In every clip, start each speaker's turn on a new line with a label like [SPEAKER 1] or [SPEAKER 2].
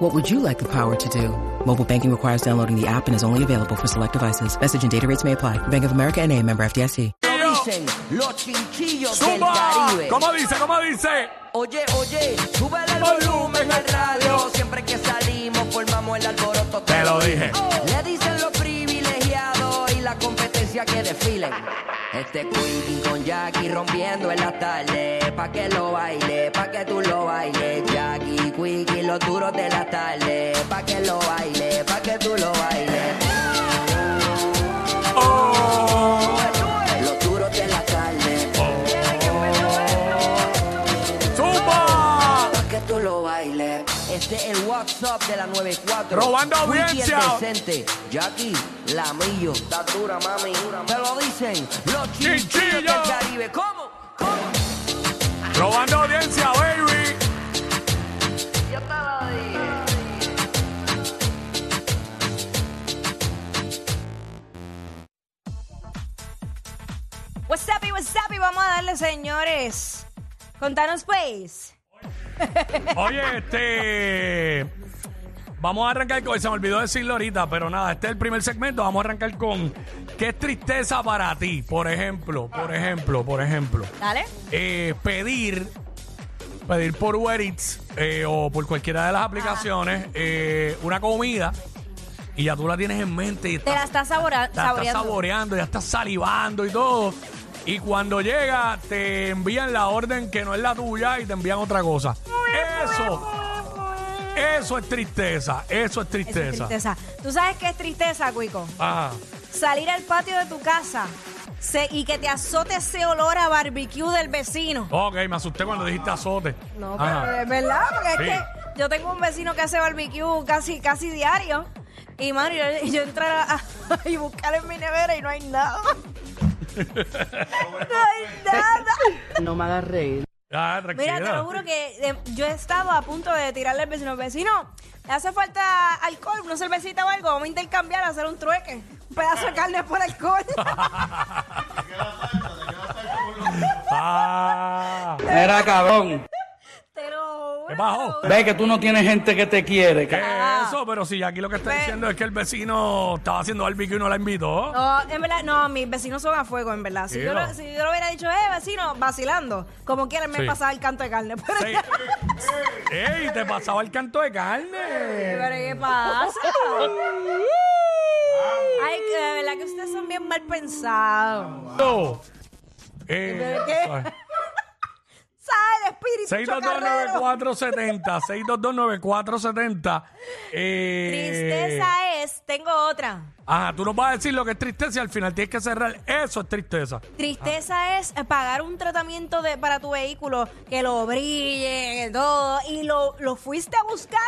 [SPEAKER 1] What would you like the power to do? Mobile banking requires downloading the app and is only available for select devices. Message and data rates may apply. Bank of America and a member FDIC.
[SPEAKER 2] Lo dicen los chinchillos del
[SPEAKER 3] ¡Zumba!
[SPEAKER 2] Caribe.
[SPEAKER 3] ¿Cómo dice? ¿Cómo dice?
[SPEAKER 2] Oye, oye, sube el volumen al radio. Siempre que salimos formamos el alboroto.
[SPEAKER 3] Te lo dije.
[SPEAKER 2] Le dicen los privilegiados y la competencia que desfilen. Este Quickie con Jackie rompiendo en la tarde. Pa' que lo baile, pa' que tú lo bailes. Jackie, Quickie, los duros de la tarde. Pa' que lo baile, pa' que tú lo bailes.
[SPEAKER 3] Oh,
[SPEAKER 2] Los duros de la tarde.
[SPEAKER 3] ¡Zumba!
[SPEAKER 2] Pa' que tú lo bailes. Este es el WhatsApp de la 94.
[SPEAKER 3] Robando
[SPEAKER 2] Quickie
[SPEAKER 3] audiencia.
[SPEAKER 2] el decente. Jackie, Lamillo. Está dura, mami. Te lo dicen los
[SPEAKER 3] Chinchillos.
[SPEAKER 2] chinchillos del Caribe. ¿Cómo? ¿Cómo?
[SPEAKER 3] Robando audiencia, baby.
[SPEAKER 2] Yo te lo dije.
[SPEAKER 4] What's up, y what's up, y vamos a darle, señores. Contanos, pues.
[SPEAKER 3] Oye, este. Vamos a arrancar con. Se me olvidó decirlo ahorita, pero nada, este es el primer segmento. Vamos a arrancar con. ¿Qué es tristeza para ti? Por ejemplo, por ejemplo, por ejemplo.
[SPEAKER 4] Dale.
[SPEAKER 3] Eh, pedir. Pedir por Uber Eats eh, o por cualquiera de las aplicaciones eh, una comida y ya tú la tienes en mente y
[SPEAKER 4] Te
[SPEAKER 3] estás
[SPEAKER 4] la estás sabora-
[SPEAKER 3] La estás
[SPEAKER 4] saboreando.
[SPEAKER 3] saboreando, ya estás salivando y todo. Y cuando llega, te envían la orden que no es la tuya y te envían otra cosa. Eso, eso es tristeza, eso es
[SPEAKER 4] Eso es
[SPEAKER 3] tristeza.
[SPEAKER 4] tristeza. ¿Tú sabes qué es tristeza, Cuico?
[SPEAKER 3] Ajá.
[SPEAKER 4] Salir al patio de tu casa se- y que te azote ese olor a barbecue del vecino.
[SPEAKER 3] Ok, me asusté cuando dijiste azote.
[SPEAKER 4] No,
[SPEAKER 3] Ajá.
[SPEAKER 4] pero es verdad, porque es
[SPEAKER 3] Oh. Ah. Sí.
[SPEAKER 4] que yo tengo un vecino que hace barbecue casi, casi diario. Y, mano, yo, yo entro a- a- y buscar en mi nevera y no hay nada. no hay nada.
[SPEAKER 3] Ah, tranquila.
[SPEAKER 4] Mira, te lo juro que eh, yo estaba a punto de tirarle al vecino. Vecino, ¿le hace falta alcohol, una cervecita o algo? Vamos a intercambiar, a hacer un trueque. Un pedazo de carne por alcohol.
[SPEAKER 3] Ah,
[SPEAKER 5] Mira, cabrón.
[SPEAKER 4] te lo juro.
[SPEAKER 3] ¿Qué bajó?
[SPEAKER 4] te lo juro.
[SPEAKER 5] Ve que tú no tienes gente que te quiere.
[SPEAKER 3] ¿qué
[SPEAKER 5] ca-
[SPEAKER 3] es eso? Pero si aquí lo que está
[SPEAKER 4] Ve.
[SPEAKER 3] diciendo es que el vecino estaba haciendo barbecue y no la invitó.
[SPEAKER 4] No, en verdad, no, mis vecinos son a fuego, en verdad. Si,
[SPEAKER 3] Sí,
[SPEAKER 4] yo
[SPEAKER 3] no.
[SPEAKER 4] lo, si yo lo hubiera dicho, eh, vecino, vacilando, como quieran, me
[SPEAKER 3] Sí.
[SPEAKER 4] pasaba el canto de carne. Pero,
[SPEAKER 3] Sí. ¡Ey! Te pasaba el canto de carne.
[SPEAKER 4] pero ¿qué pasa? Ay, que de verdad que ustedes son bien mal pensados.
[SPEAKER 3] No. Eh,
[SPEAKER 4] ¿Pero qué? ¿Sabes el espíritu chocarrero?
[SPEAKER 3] 6229470 6229470 eh,
[SPEAKER 4] Tristeza es, tengo otra.
[SPEAKER 3] Ajá, tú nos vas a decir lo que es tristeza y al final tienes que cerrar. Eso es tristeza.
[SPEAKER 4] Tristeza
[SPEAKER 3] Ah.
[SPEAKER 4] es eh, pagar un tratamiento de, para tu vehículo que lo brille, que todo, y lo, lo fuiste a buscar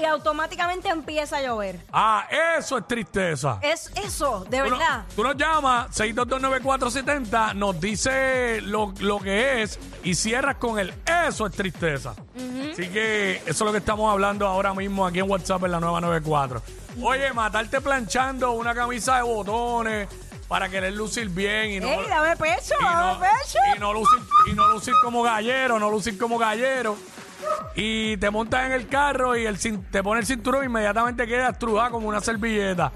[SPEAKER 4] y automáticamente empieza a llover.
[SPEAKER 3] Ah, eso es tristeza.
[SPEAKER 4] Es eso, de
[SPEAKER 3] Tú, no-
[SPEAKER 4] verdad.
[SPEAKER 3] tú nos llamas 6229470, nos dice lo, lo que es y cierras con el eso es tristeza. Así que eso es lo que estamos hablando ahora mismo aquí en WhatsApp en la nueva 94. Oye, matarte planchando una camisa de botones para querer lucir bien y no...
[SPEAKER 4] ¡Ey, dame pecho,
[SPEAKER 3] y no,
[SPEAKER 4] dame pecho!
[SPEAKER 3] y no lucir, y no lucir como gallero, no lucir como gallero. Y te montas en el carro y el, cin- te pone el cinturón y inmediatamente quedas trujada como una servilleta.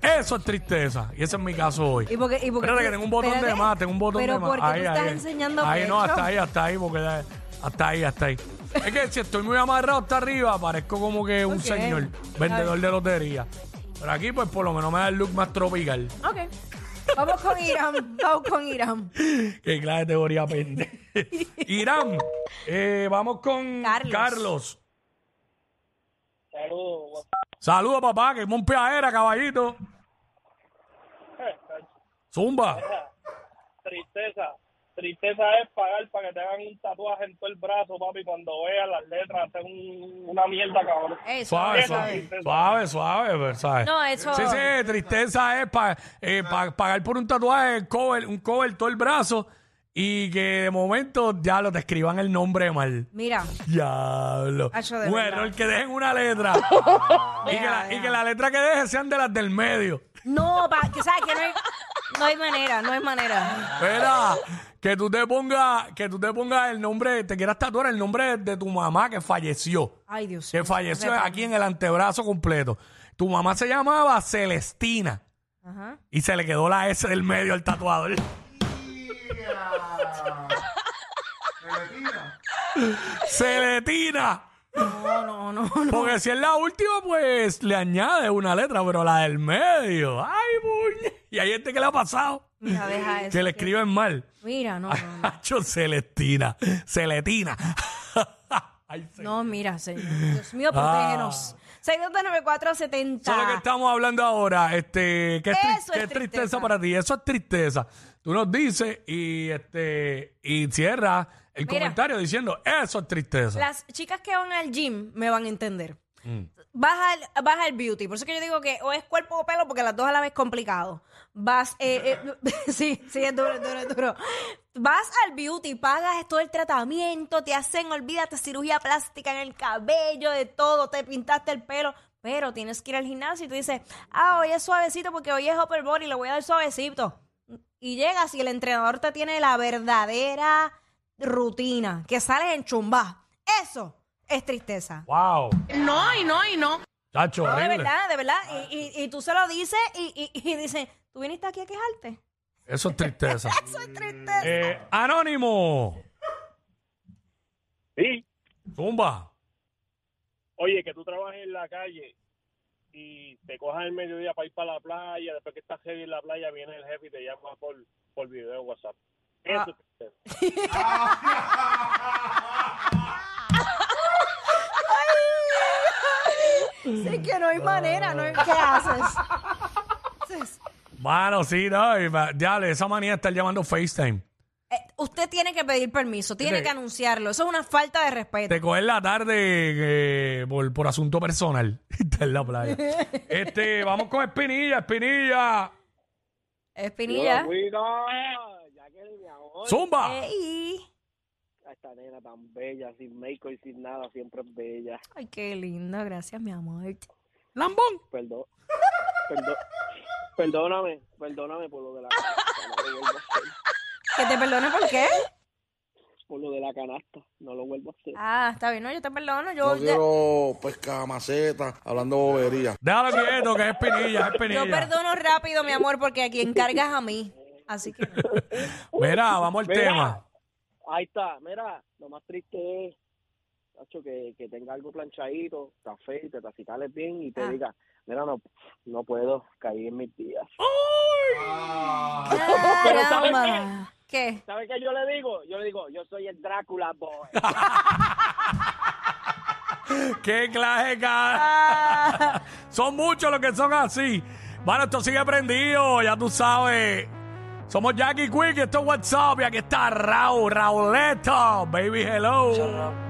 [SPEAKER 3] Eso es tristeza. Y ese es mi caso hoy.
[SPEAKER 4] ¿Y por qué- y por qué
[SPEAKER 3] Espérate
[SPEAKER 4] tú-
[SPEAKER 3] que tengo un botón de
[SPEAKER 4] espérate?
[SPEAKER 3] más, tengo un botón
[SPEAKER 4] ¿Pero
[SPEAKER 3] de más.
[SPEAKER 4] por qué tú estás enseñando
[SPEAKER 3] Ahí no,
[SPEAKER 4] pecho?
[SPEAKER 3] hasta ahí, hasta ahí, porque da- hasta ahí, hasta ahí. es que si estoy muy amarrado hasta arriba, parezco como que un
[SPEAKER 4] Ok.
[SPEAKER 3] señor vendedor de lotería. Pero aquí, pues, por lo menos me da el look más tropical.
[SPEAKER 4] Ok. Vamos con Irán, vamos con Irán.
[SPEAKER 3] Qué clase de teoría pendeja. Irán, eh, vamos con Carlos.
[SPEAKER 4] Carlos.
[SPEAKER 3] Saludos. Saludos, papá, que monpea era, caballito. Zumba.
[SPEAKER 6] tristeza. Tristeza es pagar para que te hagan un tatuaje en todo el brazo, papi, cuando veas las letras, es un- una mierda, cabrón.
[SPEAKER 4] Eso,
[SPEAKER 3] Suave,
[SPEAKER 4] eso.
[SPEAKER 3] suave, suave, suave, pero, ¿sabes?
[SPEAKER 4] No, eso-
[SPEAKER 3] Sí, sí, tristeza es pa- eh, pa- pagar por un tatuaje, cover, un cover todo el brazo y que de momento ya lo te escriban el nombre mal.
[SPEAKER 4] Mira,
[SPEAKER 3] Diablo.
[SPEAKER 4] Hacho, de
[SPEAKER 3] Un
[SPEAKER 4] verdad.
[SPEAKER 3] error que dejen una letra. y, que la, y que la letra que deje sean de las del medio.
[SPEAKER 4] no, pa- que sabes que no hay, no hay manera, no hay manera.
[SPEAKER 3] Espera, que tú te pongas, que tú te pongas el nombre, te quieras tatuar el nombre de tu mamá que falleció.
[SPEAKER 4] Ay, Dios
[SPEAKER 3] que
[SPEAKER 4] mío.
[SPEAKER 3] falleció aquí en el antebrazo completo. Tu mamá se llamaba Celestina.
[SPEAKER 4] Ajá.
[SPEAKER 3] Y se le quedó la S del medio al tatuador. Celetina.
[SPEAKER 4] No, no, no.
[SPEAKER 3] Porque si es la última, pues le añade una letra, pero la del medio. Ay, muñe. Y hay gente que le ha pasado.
[SPEAKER 4] Mira, deja eso.
[SPEAKER 3] Que le escriben mal.
[SPEAKER 4] Mira, no, no. no.
[SPEAKER 3] Hacho Celestina. Celetina. Ay, se-
[SPEAKER 4] No, mira, señor. Dios mío, protégenos. 629470.
[SPEAKER 3] Ah. Eso es lo que estamos hablando ahora. Este, ¿qué, es tri-
[SPEAKER 4] Eso es
[SPEAKER 3] qué es tristeza.
[SPEAKER 4] tristeza.
[SPEAKER 3] para ti? Eso es tristeza. Tú nos dices y este y cierra el
[SPEAKER 4] Mira.
[SPEAKER 3] comentario diciendo eso es tristeza.
[SPEAKER 4] Las chicas que van al gym me van a entender. Vas, al, vas al beauty. Por eso que yo digo que o es cuerpo o pelo, porque las dos a la vez es complicado. Vas, eh, eh, sí, sí, es duro, es duro, es duro. Vas al beauty, pagas todo el tratamiento, te hacen, olvídate, cirugía plástica en el cabello, de todo, te pintaste el pelo, pero tienes que ir al gimnasio y tú dices, ah, hoy es suavecito porque hoy es upper body, le voy a dar suavecito. Y llegas y el entrenador te tiene la verdadera rutina, que sales en chumba. Eso es tristeza.
[SPEAKER 3] Wow. No, y no, y no. Chacho,
[SPEAKER 4] No, de
[SPEAKER 3] horrible.
[SPEAKER 4] verdad, de verdad. Y, y- y tú se lo dices y, y, y dicen, ¿tú viniste aquí a quejarte?
[SPEAKER 3] Eso es tristeza.
[SPEAKER 4] Eso es tristeza.
[SPEAKER 3] Eh, anónimo.
[SPEAKER 6] Sí,
[SPEAKER 3] Zumba.
[SPEAKER 6] oye, que tú trabajes en la calle y te cojas el mediodía para ir para la playa, después que estás heavy en la playa, viene el jefe y te llama por, por video WhatsApp. Eso es tristeza.
[SPEAKER 4] Sí, que no hay
[SPEAKER 3] Eh,
[SPEAKER 4] manera, no hay-
[SPEAKER 3] ah.
[SPEAKER 4] ¿qué haces? Entonces,
[SPEAKER 3] Mano, sí, no. y ma- Ya, le- esa manía de estar llamando FaceTime.
[SPEAKER 4] eh, usted tiene que pedir permiso, tiene
[SPEAKER 3] Sí.
[SPEAKER 4] que anunciarlo. Eso es una falta de respeto.
[SPEAKER 3] Te coges la tarde eh, por, por asunto personal. Está en la playa. Este, vamos con Espinilla, Espinilla.
[SPEAKER 4] Espinilla.
[SPEAKER 6] Cuida, ya que mi amor.
[SPEAKER 3] Zumba.
[SPEAKER 4] Ey.
[SPEAKER 6] Esta nena tan bella, sin make y sin nada, siempre es bella.
[SPEAKER 4] Ay, qué lindo, gracias, mi amor.
[SPEAKER 3] Lambón.
[SPEAKER 6] Perdón. Perdón. Perdóname, perdóname por lo de la canasta. no lo vuelvo a hacer.
[SPEAKER 4] Que te perdone por qué.
[SPEAKER 6] Por lo de la canasta, no lo vuelvo a hacer.
[SPEAKER 4] Ah, está bien, no, yo te perdono. Yo,
[SPEAKER 7] No quiero pescar maceta hablando bobería.
[SPEAKER 3] Déjalo quieto, que es Espinilla, es Espinilla.
[SPEAKER 4] yo perdono rápido, mi amor, porque a quien cargas a mí. Así que.
[SPEAKER 3] Mira, vamos al
[SPEAKER 6] Mira.
[SPEAKER 3] tema.
[SPEAKER 6] Ahí está, mira, lo más triste es, Nacho, que, que tenga algo planchadito, café, te tacitales bien y te
[SPEAKER 4] Ah.
[SPEAKER 6] diga, mira, no, no puedo, caí en mis días.
[SPEAKER 4] Caramba. ¿Qué?
[SPEAKER 6] ¿Sabes qué yo le digo? Yo le digo, yo soy el Drácula Boy.
[SPEAKER 3] Qué clase, cara.
[SPEAKER 4] Ah,
[SPEAKER 3] Son muchos los que son así. Bueno, esto sigue prendido, ya tú sabes. Somos Jackie Quick, esto es WhatsApp y aquí está Raúl, Rauleta, baby hello.